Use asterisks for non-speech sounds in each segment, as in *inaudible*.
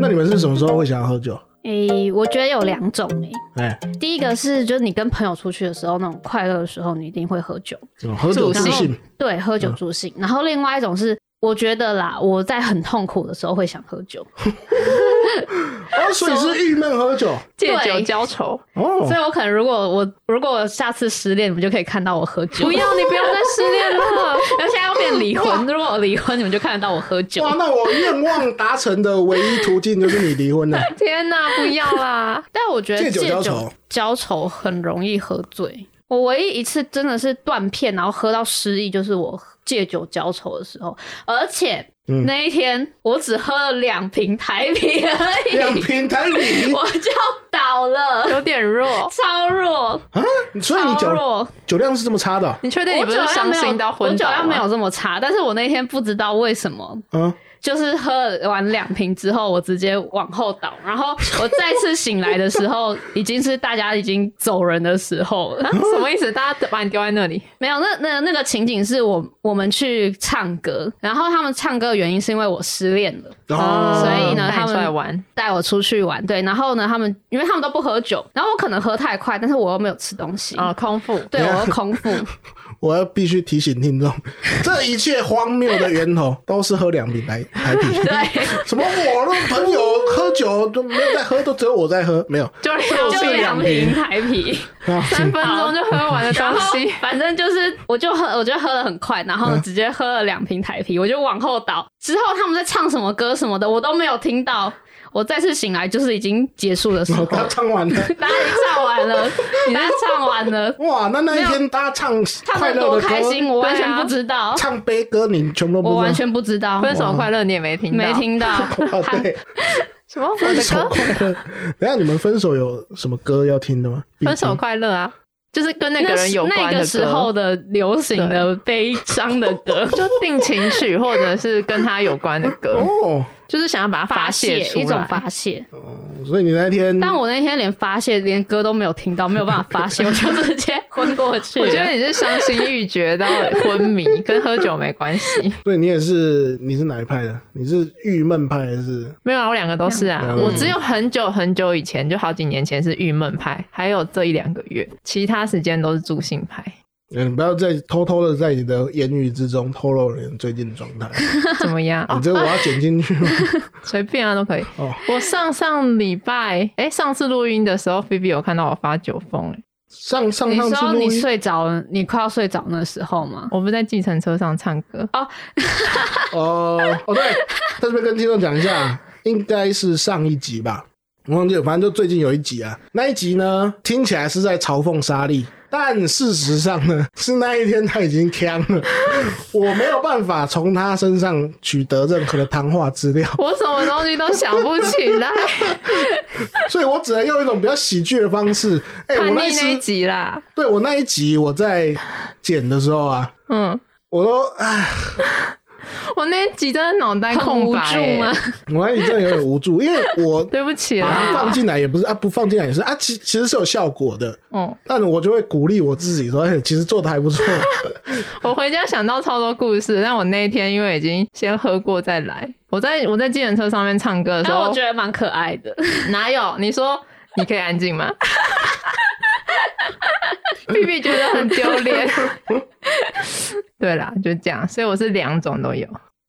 那你们是什么时候会想要喝酒？诶、我觉得有两种诶、哎、第一个是就是你跟朋友出去的时候，那种快乐的时候，你一定会喝酒，哦喝酒然助后兴，对，喝酒助兴。然后另外一种是，我觉得啦，我在很痛苦的时候会想喝酒，哦，所以是郁闷喝酒借对酒浇愁，哦所以。我可能如果我如果我下次失恋，你们就可以看到我喝酒。不要你不要再失恋了，然后 *laughs* 现在要变离婚，如果我离婚，你们就看得到我喝酒。哇，那我愿望达成的唯一途径就是你离婚 *laughs* 了。天哪，不要啦！但我觉借得酒浇愁浇愁很容易喝醉。我唯一一次真的是断片，然后喝到失忆，就是我借酒浇愁的时候，而且嗯那一天我只喝了两瓶台啤而两瓶台已，啤，我就倒了，有点弱，超弱，所以你超酒弱。酒量是这么差的哦、 *laughs* 你确定你我不酒是量伤没有心到，我昏酒倒啊吗量没有这么差，但是我那天不知道为什么嗯，就是喝完两瓶之后，我直接往后倒，然后我再次醒来的时候，已经是大家已经走人的时 *laughs* 候了。 *laughs* 什么意思？大家把你丢在那里，没有，那那那个情景是我我们去唱歌，然后他们唱歌的原因是因为我失恋了，哦 *laughs* 所以呢，带他你出来们玩，带我出去玩，对，然后呢，他们因为他们都不喝酒，然后我可能喝太快，但是我又没有吃东西，啊，空腹，对等一下我又空 *laughs* 腹，我要必须提醒听众， *laughs* 这一切荒谬的源头都是喝两瓶台台啤。对。什么我的朋友喝酒都没有在喝，都只有我在喝，没有就就就两两瓶台啤，啊，三分钟就喝完的然东后西，反正就是，我就喝，我就喝的很快，然嗯后直接喝了两瓶台啤，我就往后倒。之后他们在唱什么歌什么的，我都没有听到。我再次醒来就是已经结束的时候，他唱完了。大家已经唱完了，大家唱完 *laughs* 了，哇，那那一天大家唱唱快的乐多的歌，开心，我完对全啊不知道，唱悲歌，你全部都不哦知我道完全不知道， *laughs* 分手快乐你也没听到，没听到。哦，对，什么我分的手歌，快乐。等一下你们分手有什么歌要听的吗？必分手听快乐啊，就是跟 *laughs* 那个那人有关那的个歌，时候的流行的悲伤的 *laughs* 歌，就定情曲或者是跟他有关的歌， *laughs* 哦，就是想要把它发泄泄出来，一种发泄。所以你那天但我那天连发泄连歌都没有听到，没有办法发 *laughs* 泄，我就直接昏过去了。我觉得你是伤心欲绝到昏迷，跟喝酒没关系。对你也是，你是哪一派的？你是郁闷派还是？没有啊，我两个都是啊。嗯我只有很久很久以前，就好几年前是郁闷派，还有这一两个月，其他时间都是助兴派。呃你不要再偷偷的在你的言语之中透露你最近的状 *laughs* 态，怎么样？哦哦你这个我要剪进去吗。随便啊，都可以。哦我上上礼拜，哎、上次录音的时候菲菲有看到我发酒疯、诶上上你上次说录你音睡着了，你快要睡着那时候吗？我不是在计程车上唱歌，哦哦对，在这边跟听众讲一下，应该是上一集吧，我忘记了，反正就最近有一集啊，那一集呢听起来是在嘲讽莎莉，但事实上呢是那一天他已经呛了，我没有办法从他身上取得任何的谈话资料，我什么东西都想不起来，所以我只能用一种比较喜剧的方式。哎、*laughs* 叛我逆那一那一集，集啦。对我那一集我在剪的时候啊，嗯，我都哎，我那一集真的脑袋空白、很无助欸吗诶我那一集真的有点无助，因为我对不起把它啦，放进来也不是啊，不放进来也是啊，其其实是有效果的。嗯，但我就会鼓励我自己说：“哎、其实做的还不 *laughs* 错。我回家想到超多故事，但我那一天因为已经先喝过再来，我在我在计程车上面唱歌的 *laughs* 时但候，我觉得蛮可爱的，哪有？你说你可以安静吗？B B 觉得很丢脸。对啦，就这样，所以我是两种都有，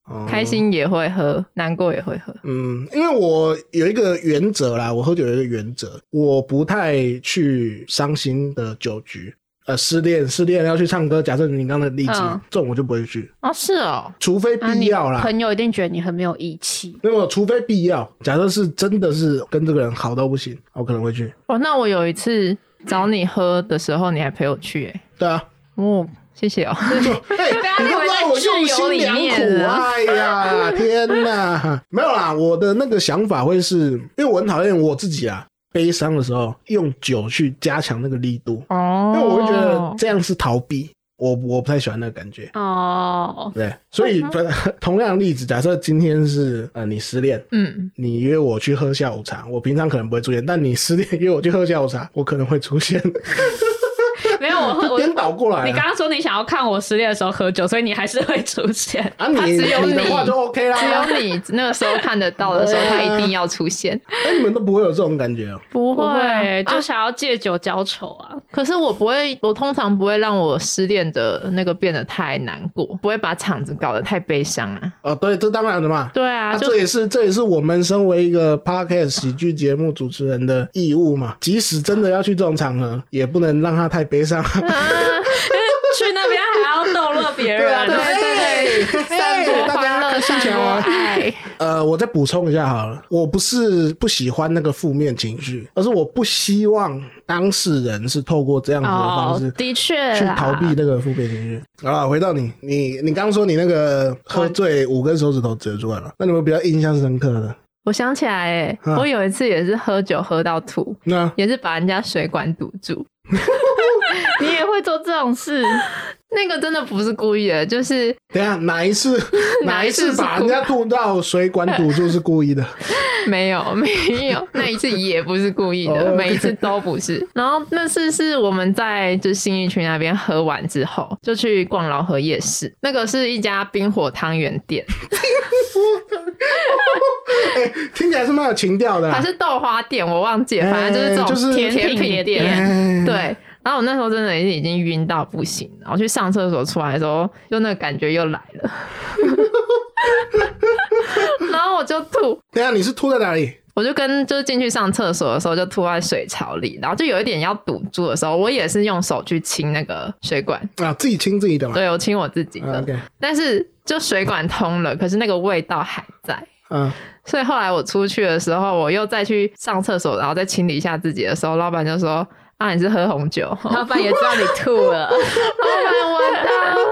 哦开。心也会喝，难过也会喝。嗯，因为我有一个原则啦，我喝酒有一个原则，我不太去伤心的酒局。呃，失恋，失恋要去唱歌，假设你刚刚的例子，嗯这种我就不会去，哦，是哦，除非啊必你要啦。朋友一定觉得你很没有义气。那么，除非必要，假设是真的是跟这个人好到不行，我可能会去。哦，那我有一次找你喝的时候，你还陪我去、欸，对啊，哦，谢谢哦。 *laughs* 就哎，你都让我用心良苦啊，哎呀，天哪， *laughs* 没有啦，我的那个想法会是，因为我很讨厌我自己啊，悲伤的时候用酒去加强那个力度，哦因为我会觉得这样是逃避，我我不太喜欢那个感觉。 *laughs* 哦，对，所嗯以本 *laughs* 同样的例子，假设今天是呃你失恋，嗯，你约我去喝下午茶，我平常可能不会出现，但你失恋约我去喝下午茶，我可能会出现。没有，我喝我 *laughs* 颠倒倒过来、啊。你刚刚说你想要看我失恋的时候喝酒，所以你还是会出 *laughs* 现。啊，他你只有你的你话就 OK 啦。只有你那个时候看得到的时候，对啊他一定要出现。哎、你们都不会有这种感觉哦、不不会，就啊想要借酒浇愁啊！可是我不会，我通常不会让我失恋的那个变得太难过，不会把场子搞得太悲伤啊。哦，对，这当然的嘛。对啊，啊、就这也是这也是我们身为一个 podcast 喜剧节目主持人的义务嘛。即使真的要去这种场合，也不能让他太悲伤。 *laughs* 去那边还要逗乐别啊对啊，人，对啊对散播大欢家乐，开心散起来播玩。爱。呃，我再补充一下好了，我不是不喜欢那个负面情绪，而是我不希望当事人是透过这样子的方哦式，的确去啦逃避那个负面情绪。好了，回到你，你你刚说你那个喝醉五根手指头折出来了，那你们比较印象深刻的我想起来、欸，嗯我有一次也是喝酒喝到吐，那也是把人家水管堵住。你也会做这种事，那个真的不是故意的，就是等一下哪一 *laughs* 次哪哪一一次次是把故人家吐到水管堵住是故 *laughs* 意的？没有没有，那一次也不是故意哦的， ，OK 每一次都不是。然后那次是我们在就新义区那边喝完之后，就去逛老河夜市，那个是一家冰火汤圆店，哎、听起来是蛮有情调的啦。还是豆花店，我忘记了，反正就是这啊哎就是种甜甜品品店。店哎，对，然后我那时候真的是已经晕到不行了，我去上厕所出来的时候，就那个感觉又来了， *laughs* 然后我就吐，等一下你是吐在哪里？我就跟就是进去上厕所的时候就吐在水槽里，然后就有一点要堵住的时候，我也是用手去清那个水管，啊，自己亲自己的嘛。对我清我自己啊的， ，OK，但是就水管通了，可是那个味道还在。嗯，所以后来我出去的时候，我又再去上厕所，然后再清理一下自己的时候，老板就说：“啊，你是喝 *laughs* 红酒。”啊老板也知道你吐了，老板，完蛋了！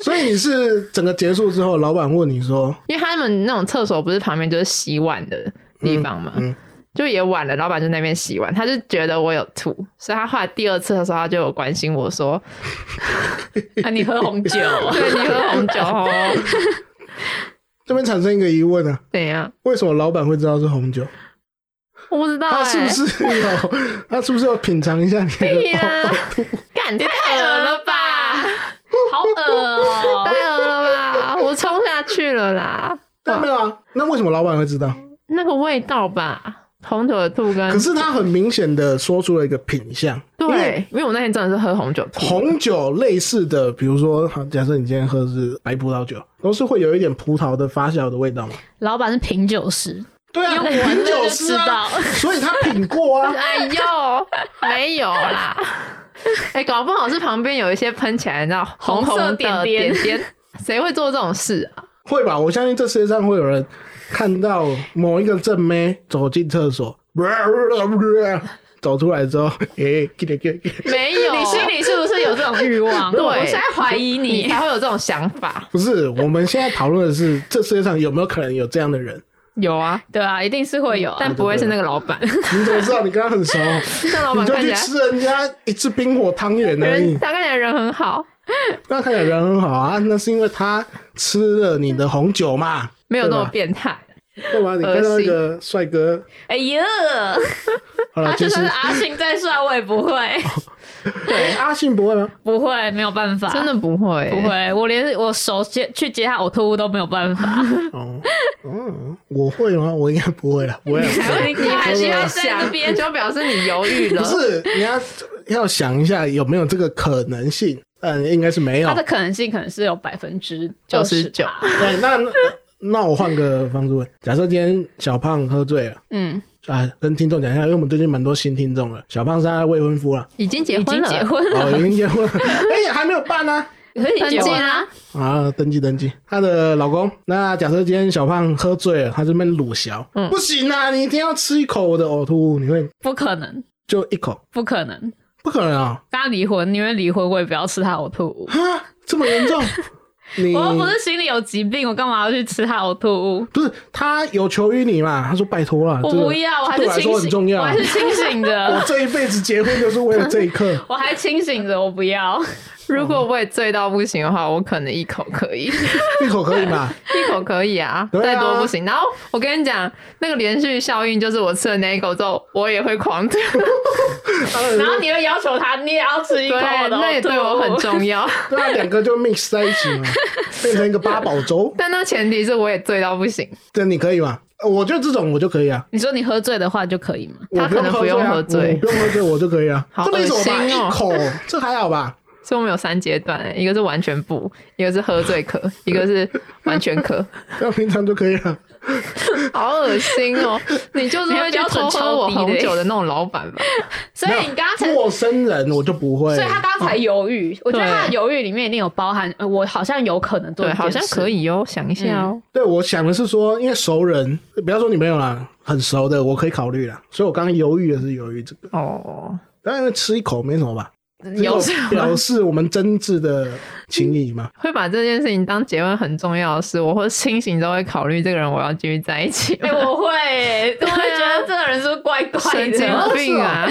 所以你是整个结束之后，老板问你说，因为他们那种厕所不是旁边就是洗碗的地方嘛，嗯嗯就也晚了，老板就那边洗碗，他就觉得我有吐，所以他后来第二次的时候，他就有关心我说 *laughs* 啊，你喝红 *laughs* 酒，：“ *laughs* 对你喝红酒哦，这边产生一个疑问啊，怎样？为什么老板会知道是红酒？我不知道、欸，他是不是 *laughs* 有？他是不是有品尝一下你屁 *laughs* 啦的？？哎干，你太恶了吧，好恶哦、 *laughs* 太恶了吧，我冲下去了啦，但没有啊，那为什么老板会知道？那个味道吧，红酒的吐跟可是他很明显的说出了一个品相，因为对，因为我那天真的是喝红酒吐，红酒类似的，比如说，好假设你今天喝的是白葡萄酒，都是会有一点葡萄的发酵的味道嘛。老板是品酒师，对啊，因为我品酒就师知啊， *laughs* 道，所以他品过 *laughs* 啊。哎呦，没有 *laughs* 啦！哎、搞不好是旁边有一些喷起来，你知道红红的红色点点点点，谁会做这种事啊？会吧？我相信这世界上会有人看到某一个正妹走进厕所，走出来之后，诶、给给给给，没有， *laughs* 你心里是不是有这种欲望？对我现在怀疑你你才。会有这种想法。不是，我们现在讨论的是这世界上有没有可能有这样的人？有啊，对啊，一定是会有、啊，但不会是那个老板，你怎么知道你跟他很 *laughs* 熟？那老你板就看起去来吃人家一次冰火汤圆而人，已。他看起来人很好，那看起来人很好啊，那是因为他吃了你的红酒嘛？没有那么对吧变 *laughs* 态。对吧？你看到一个帅哥， *laughs* 哎呀，好了，他其就实算是阿信再帅，我也不 *laughs* 会，诶哎阿信不会吗？不会，没有办法，真的不会、不。会，我连我手接去接他呕吐物都没有办 *laughs* 法。哦，嗯，我会吗？我应该不会了，不会啦。不会啦 *laughs* 你还你是要要在那想，边就表示你犹豫了不。是，你要要想一下有没有这个可能性。嗯，应该是没有它的。可能性可能是有百分之99%对，哎那那那我换个方式问：假设今天小胖喝醉了，嗯，啊，跟听众讲一下，因为我们最近蛮多新听众了。小胖是他的未婚夫了，已经已结婚经了，结 *laughs* 婚了，哦，已经结婚了，哎、还没有办呢、可以登结记婚啦啊。啊，登记登记，她的老公。那假设今天小胖喝醉了，他这边鲁小，嗯不行啊，你一定要吃一口我的呕吐物，你会不可能，就一口，不可能。不可能啊、跟他离婚，因为离婚我也不要吃他呕吐物。啊，这么严重？你我又不是心里有疾病，我干嘛要去吃他呕吐物？不是他有求于你嘛？他说拜托了，我这个不要，我还对是我来清说很重醒，要我啊。还是清醒我 *laughs* 的， *laughs*。这一辈子结婚就是为了这一刻我还清醒着，我不要。如果我也醉到不行的话，我可能一口 *laughs* 可以，一口可以吗？一口可以啊，对啊再多不行。然后我跟你讲，那个连续效应就是我吃了那一口之后，我也会狂吐，然后你会要求他， *laughs* 你也要吃一口对，我的呕吐物，那也对我很重要。 *laughs* 对啊，两个就 mix 在一起嘛，变成一个八宝粥。但那前提是我也醉到不行，这你可以吗？呃我觉得这种我就可以啊，你说你喝醉的话就可以吗？我他可能不用喝醉啊，我不不用喝醉我就可以啊。好这没什么吧，恶心哦一口这还好吧？所以我们有三阶段、一个是完全不，一个是喝醉咳，一个是完全咳， *laughs* 这样平常就可以啊了。好恶心 *laughs* 哦！你就是会去偷喝我红酒的那种老板吧？所以你刚刚才，陌生人我就不会，所以他刚才犹豫，我觉得对他的犹豫里面一定有包含，呃我好像有可能做，对，好像可以。以哦，想一下哦。对我想的是说，因为熟人，不要说女朋友啦，很熟的我可以考虑啦。所以我刚刚犹豫的是犹豫这个，哦，当然吃一口没什么吧，有这种表示我们真挚的情谊 *laughs* 嘛。会把这件事情当结婚很重要的事，我会清醒之后会考虑这个人我要继续在一起吗 *laughs* 哎、。我会、欸，我会觉得这个人是不是怪怪神经的，病 *laughs* 啊！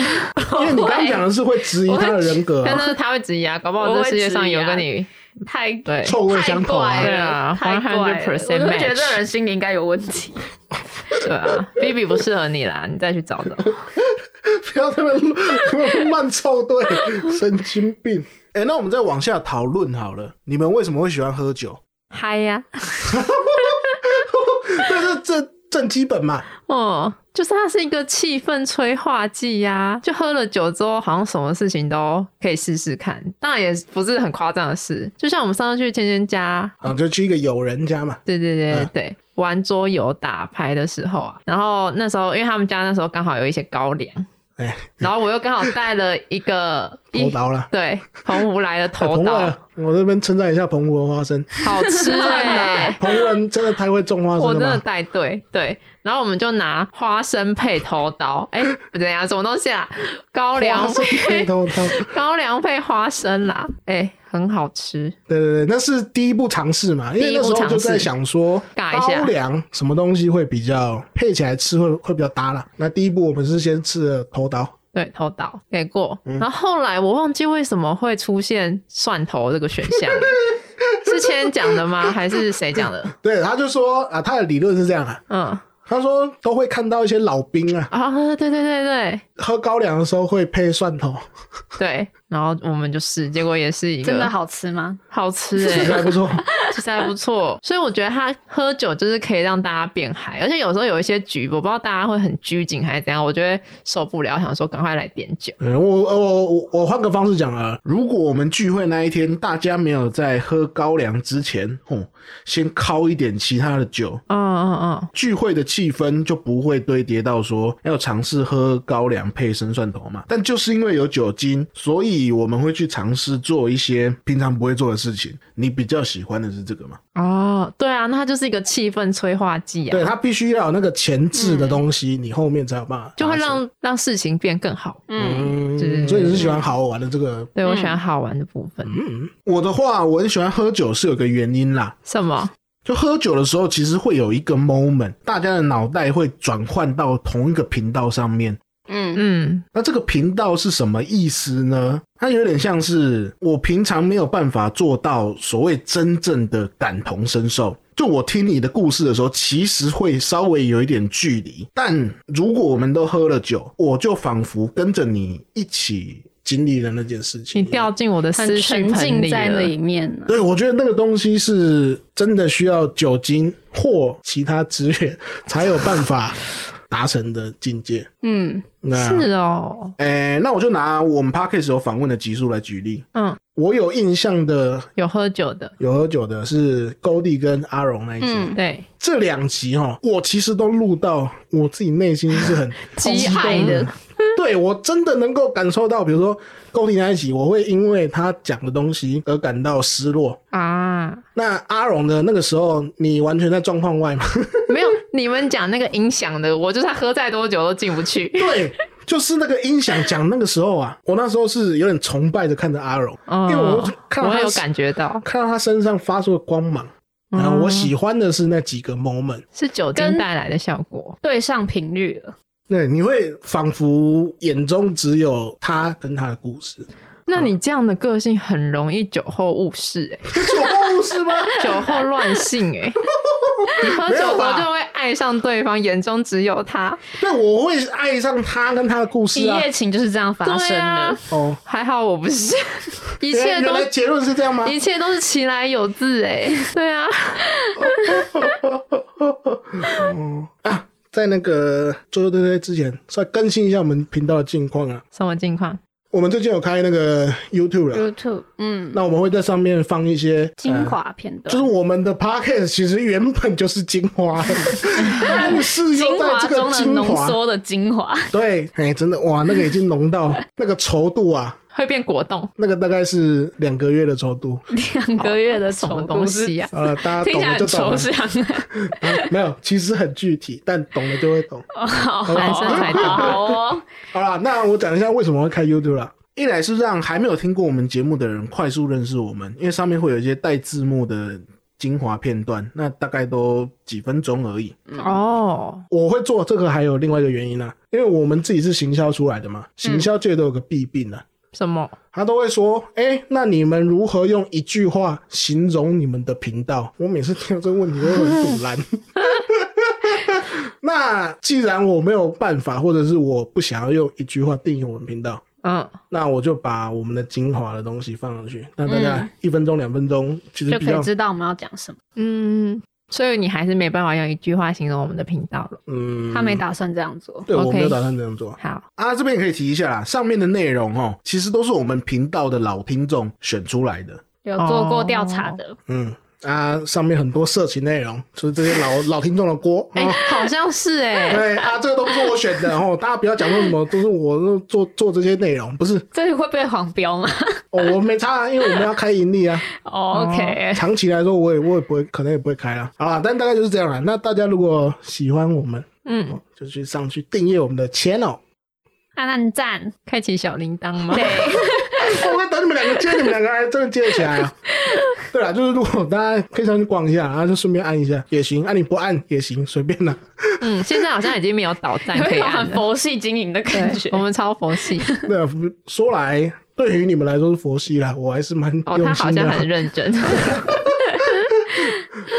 因为你刚刚讲的是会质疑他的人格、但啊，是他会质疑啊，搞不好这世界上有跟你太对臭味相投啊太怪对了啊太怪了100%我就觉得这个人心里应该有问题。对啊，B B 不适合你啦，你再去找找。 *laughs* 不要这么 *laughs* 乱凑对，神经病。哎、那我们再往下讨论好了，你们为什么会喜欢喝酒？嗨呀，但是这正基本嘛，哦，就是它是一个气氛催化剂呀、就喝了酒之后，好像什么事情都可以试试看，当然也不是很夸张的事。就像我们上次去芊芊家，啊，就去一个友人家嘛，对对对嗯对，玩桌游打牌的时候啊，然后那时候因为他们家那时候刚好有一些高粱，哎、然后我又刚好带了一个头一刀啦。对澎湖来的哎头澎湖岛，啊，我这边称赞一下澎湖的花 *laughs* 生，好 *laughs* 吃哎、澎湖人哦真的太会种花我生真的了吧？带队，对，然后我们就拿花生配头刀，哎、 *laughs* 不对啊，什么东西啊？高粱花生配配头刀， *laughs* 高粱配花生啦，哎、很好吃，对对对，那是第一步尝试嘛，因为第一那步时候就尝试在想说，尬一下高粱什么东西会比较配起来吃会会比较搭啦。那第一步我们是先吃了头刀，对，头刀给过。然后后来我忘记为什么会出现蒜头这个选项了，是千讲的吗？还是谁讲的？对，他就说啊，他的理论是这样啊，嗯他说都会看到一些老兵啊，啊，对对对对喝高粱的时候会配蒜头，对，然后我们就试，结果也是一 *laughs* 个真的好吃吗？好吃其哎、*laughs* 实还不错。其实还不错，所以我觉得他喝酒就是可以让大家变嗨，而且有时候有一些局，我不知道大家会很拘谨还是怎样，我就会受不了，想说赶快来点酒。嗯，我我我我换个方式讲啊，如果我们聚会那一天大家没有在喝高粱之前，吼，先敲一点其他的酒，嗯嗯嗯，聚会的气氛就不会堆叠到说要尝试喝高粱配生蒜头嘛。但就是因为有酒精，所以我们会去尝试做一些平常不会做的事情。你比较喜欢的是这个吗？哦，对啊，那它就是一个气氛催化剂啊对，，它必须要有那个前置的东西，你后面才有办法就会达成。让让事情变更好。嗯，对对嗯，对所以你是喜欢好玩的这个。对我喜嗯欢好玩的部分。我的话，我很喜欢喝酒是有个原因啦，什么？就喝酒的时候，其实会有一个 moment，大家的脑袋会转换到同一个频道上面。嗯，嗯，那这个频道是什么意思呢？它有点像是我平常没有办法做到所谓真正的感同身受。就我听你的故事的时候，其实会稍微有一点距离，但如果我们都喝了酒，我就仿佛跟着你一起经历了那件事情。你掉进我的很思绪沉盆浸里在了。里面啊呢。对，我觉得那个东西是真的需要酒精或其他资源才有办法达成的境界。 *laughs* 嗯，那，是哦，诶、那我就拿我们 podcast 有访问的集数来举例。嗯，我有印象的有喝酒的，有喝酒的是勾弟跟阿荣那一集，嗯对，这两集哈，我其实都录到我自己内心是很极激动爱的，对我真的能够感受到，比如说勾弟那一集，我会因为他讲的东西而感到失落。啊，那阿荣的那个时候，你完全在状况外嘛？没有，你们讲那个音响的，我就是他喝再多酒都进不去。对，就是那个音响讲那个时候啊，我那时候是有点崇拜的看着阿荣，嗯因为我看到我他有感觉嗯到看到他身上发出的光芒，然后我喜欢的是那几个 moment，、是酒精带来的效果。对上频率了。对，你会仿佛眼中只有他跟他的故事。那你这样的个性很容易酒后误事、欸，这酒后误事 *laughs* 吗？ *laughs* 酒后乱性、欸，哎，你喝没酒有吧后就会爱上对方，眼中只有他。对，我会爱上他跟他的故一事啊。夜情就是这样发生对啊的。，哦，还好我不是，一切原都来结论是这样吗？ *laughs* 一切都是其来有自、欸，哎，对啊，啊在那个周周对对之前，再更新一下我们频道的近况啊。什么境况？我们最近有开那个 YouTube 了， YouTube，嗯，那我们会在上面放一些呃精华片段，就是我们的 podcast 其实原本就是精华， *laughs* 故事精又在华这个中的精浓华。缩的精华。对，哎、真的哇，那个已经浓到那个稠度啊，会变果冻，那个大概是两个月的稠度。 *laughs* 两个月的什仇么东西啊呀、呃，大家啊听懂起来了很就懂抽了、象。啊没有，其实很具体，但懂了就会懂。 *laughs* 好，哦男生才懂好哦。好啦，那我讲一下为什么会开 YouTube 啦。一来是让还没有听过我们节目的人快速认识我们，因为上面会有一些带字幕的精华片段，那大概都几分钟而已。哦，我会做这个还有另外一个原因啊，因为我们自己是行销出来的嘛，嗯行销界都有个弊病啊，什么？他都会说，哎、那你们如何用一句话形容你们的频道？我每次听到这个问题都会很堵然。 *laughs* 那既然我没有办法，或者是我不想要用一句话定义我们频道，嗯，那我就把我们的精华的东西放上去，那大概一分钟、两分钟，其实嗯就比可较以知道我们要讲什么。嗯，所以你还是没办法用一句话形容我们的频道了。嗯，他没打算这样做，对我 OK 没有打算这样做好，啊。这边也可以提一下啦，上面的内容哦，其实都是我们频道的老听众选出来的，有做过调查的。嗯。啊，上面很多色情内容，就是这些老老听众的锅。哎、 *laughs* 哦好像是欸哎、对啊，这个都不是我选的哦，大家不要讲说什么都是我做做这些内容，不是这里会被黄标吗、 *laughs* 哦哦，我没差、啊，因为我们要开盈利啊。 o k 长期来说，我也我也不会，可能也不会开啦。好啦，但大概就是这样啦。那大家如果喜欢我们，哦嗯，就去上去订阅我们的 channel。按按赞，开启小铃铛吗？对，我在等你们两个接，你们两个还真的接得起来啊！对啦，就是如果大家可以上去逛一下，然后就顺便按一下也行，按、你不按也行，随便啦。嗯，现在好像已经没有导 *laughs* 弹有可一以种按很了。佛系经营的感觉对，我。们超佛系对啊，说来对于你们来说是佛系啦，我还是蛮哦，他用好心的像啦。很认真。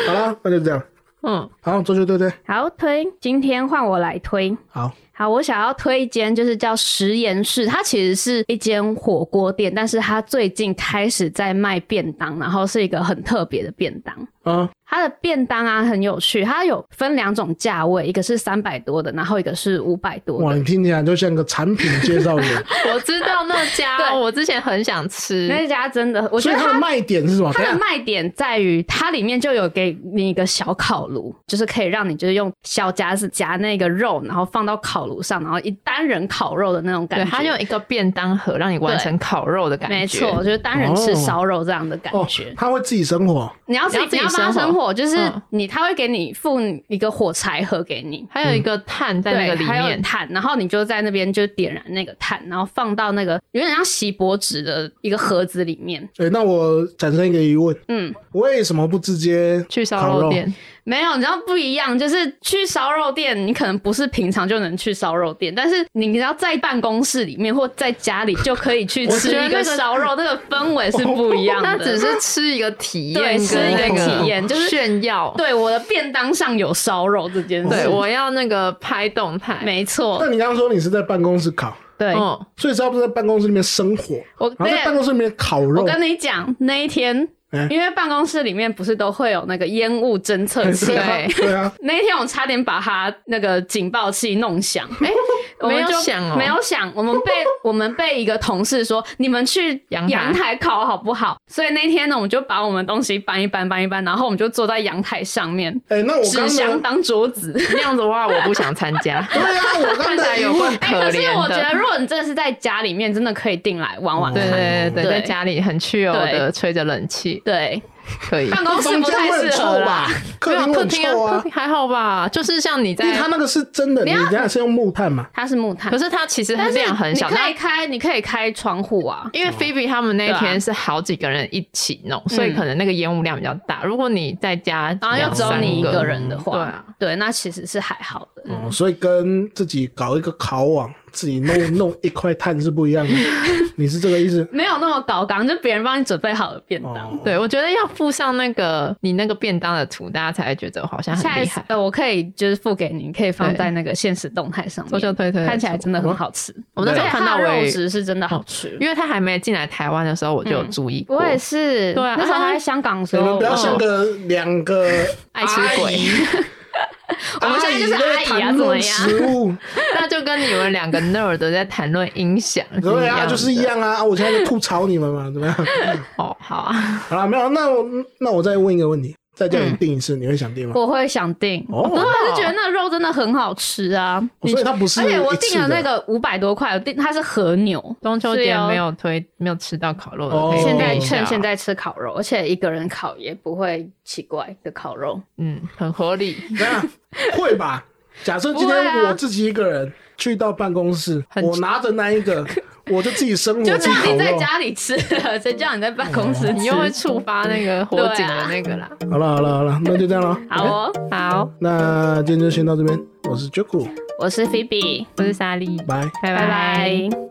好啦，那就这样。嗯，好，周秋对对，好推，今天换我来推。好，好，我想要推一间，就是叫食盐室，它其实是一间火锅店，但是它最近开始在卖便当，然后是一个很特别的便当。啊，它的便当啊很有趣，它有分两种价位，一个是三百多的，然后一个是五百多哇，的。你听起来就像个产品介绍 *laughs* 员。我知道那家， *laughs* 对我之前很想吃。那一家真的，我所以觉得它它的卖点是什么？它等一的下卖点在于它里面就有给你一个小烤炉，就是可以让你就是用小夹子夹那个肉，然后放到烤炉上，然后一单人烤肉的那种感对，觉。它就有一个便当盒让你完成烤肉的感觉。哦没错，，就是单人吃烧肉这样的感哦觉，。他会自己生火。你要自己你要自己你要帮他生生火火，就是嗯你他会给你付一个火柴盒给你，还嗯有一个碳在那个对，里还有面。炭，然后你就在那边就点燃那个炭，然后放到那个有点像锡箔纸的一个盒子里面。对，那我产生一个疑问，嗯，为什么不直接去烤烧肉店，没有，你知道不一样，就是去烧肉店，你可能不是平常就能去烧肉店，但是你要在办公室里面或在家里就可以去我吃觉得一个那个烧肉，那个氛围是不一样的。那只是吃一个体验对跟吃那，一个体验就是炫耀。对我的便当上有烧肉这件事，对，我要那个拍动态。没那错，你刚刚说你是在办公室烤，对、嗯，所以是要不是在办公室里面生火，我然后在办公室里面烤肉我，跟你讲，那一天嗯，因为办公室里面不是都会有那个烟雾侦测器对吗？啊，对啊，那一天我差点把它那个警报器弄 *laughs* 响，哎、我们没有就响哦没有响。我们 *laughs* 被我们被一个同事说，你们去阳台阳台烤好不好？所以那天呢，我们就把我们东西搬一搬，搬一搬，然后我们就坐在阳台上面，哎，那我纸箱刚刚。当桌 *laughs* 子。那样子的话，我不想参加对啊，我刚看起来才有问够哎、可可是怜我觉得，的。如果你真的是在家里面，真的可以定来玩玩哦看。对对对对，对在家里很 chill 对的吹着冷气，对，可以。办公室房不间太会很适合臭吧啦。？客厅会没有客很厅啊，臭客啊厅，还好吧？就是像你因为在它，那个是真的，你你要人家是用木炭嘛，它是木炭可，是它其实但是量很小。你可那以开，你可以开窗户啊。因为菲比他们那对啊天是好几个人一起弄，啊所以可能那个烟雾量比较大。如果你在家，然后又啊只有你一个个人的话，对啊那其实是还好的。 *laughs* 哦，所以跟自己搞一个烤网，自己弄弄一块炭是不一样的。你是这个意思？没有那么搞纲，就别人帮你准备好的便当。哦，对，我觉得要附上那个你那个便当的图，大家才会觉得我好像下很一厉次害。呃，我可以就是付给你，可以放对在那个现实动态上面。搜救推推的看起来图真的很好吃。我那时候而且看到它的我也肉质是真的好吃。因为他还没进来台湾的时候，我就有注意嗯过。我也是，对啊那时候他在香港的时哎你候，们不要像个哦两个爱吃鬼阿姨， *laughs* 哎我们现在就是阿姨啊阿在谈论食物， *laughs* 那就跟你们两个 nerd 在谈论音响是一样的， *laughs* 对啊，就是一样啊。我现在就吐槽你们嘛，怎么样？哦。好啊，好了，没有，那我那我再问一个问题，再叫你定一次，你会想定吗？我会想订，哦嗯我真 *laughs* 的是觉得那个肉真的很好吃啊！所以它不是而且我一次订 *laughs* 了那个五百多块，我订它是和牛，中秋是节哦没有推，没有吃到烤肉的哦可以现在订一下趁现，在吃烤肉，而且一个人烤也不会奇怪的烤肉。嗯，很 *laughs* 合理，怎样？会吧？假设今不会天啊我自己一个人去到办公室，很我拿着那一个，我就自己生活就自己叫烤你在肉。嗯家里吃了， *laughs* 谁叫你在办公室你吃又？会触发那个火啊警的那个啦。好了好了好了，那就这样了。好哦，好，那今天就先到这边，我是 Joku，我是菲比，我是莎莉，拜。拜拜拜。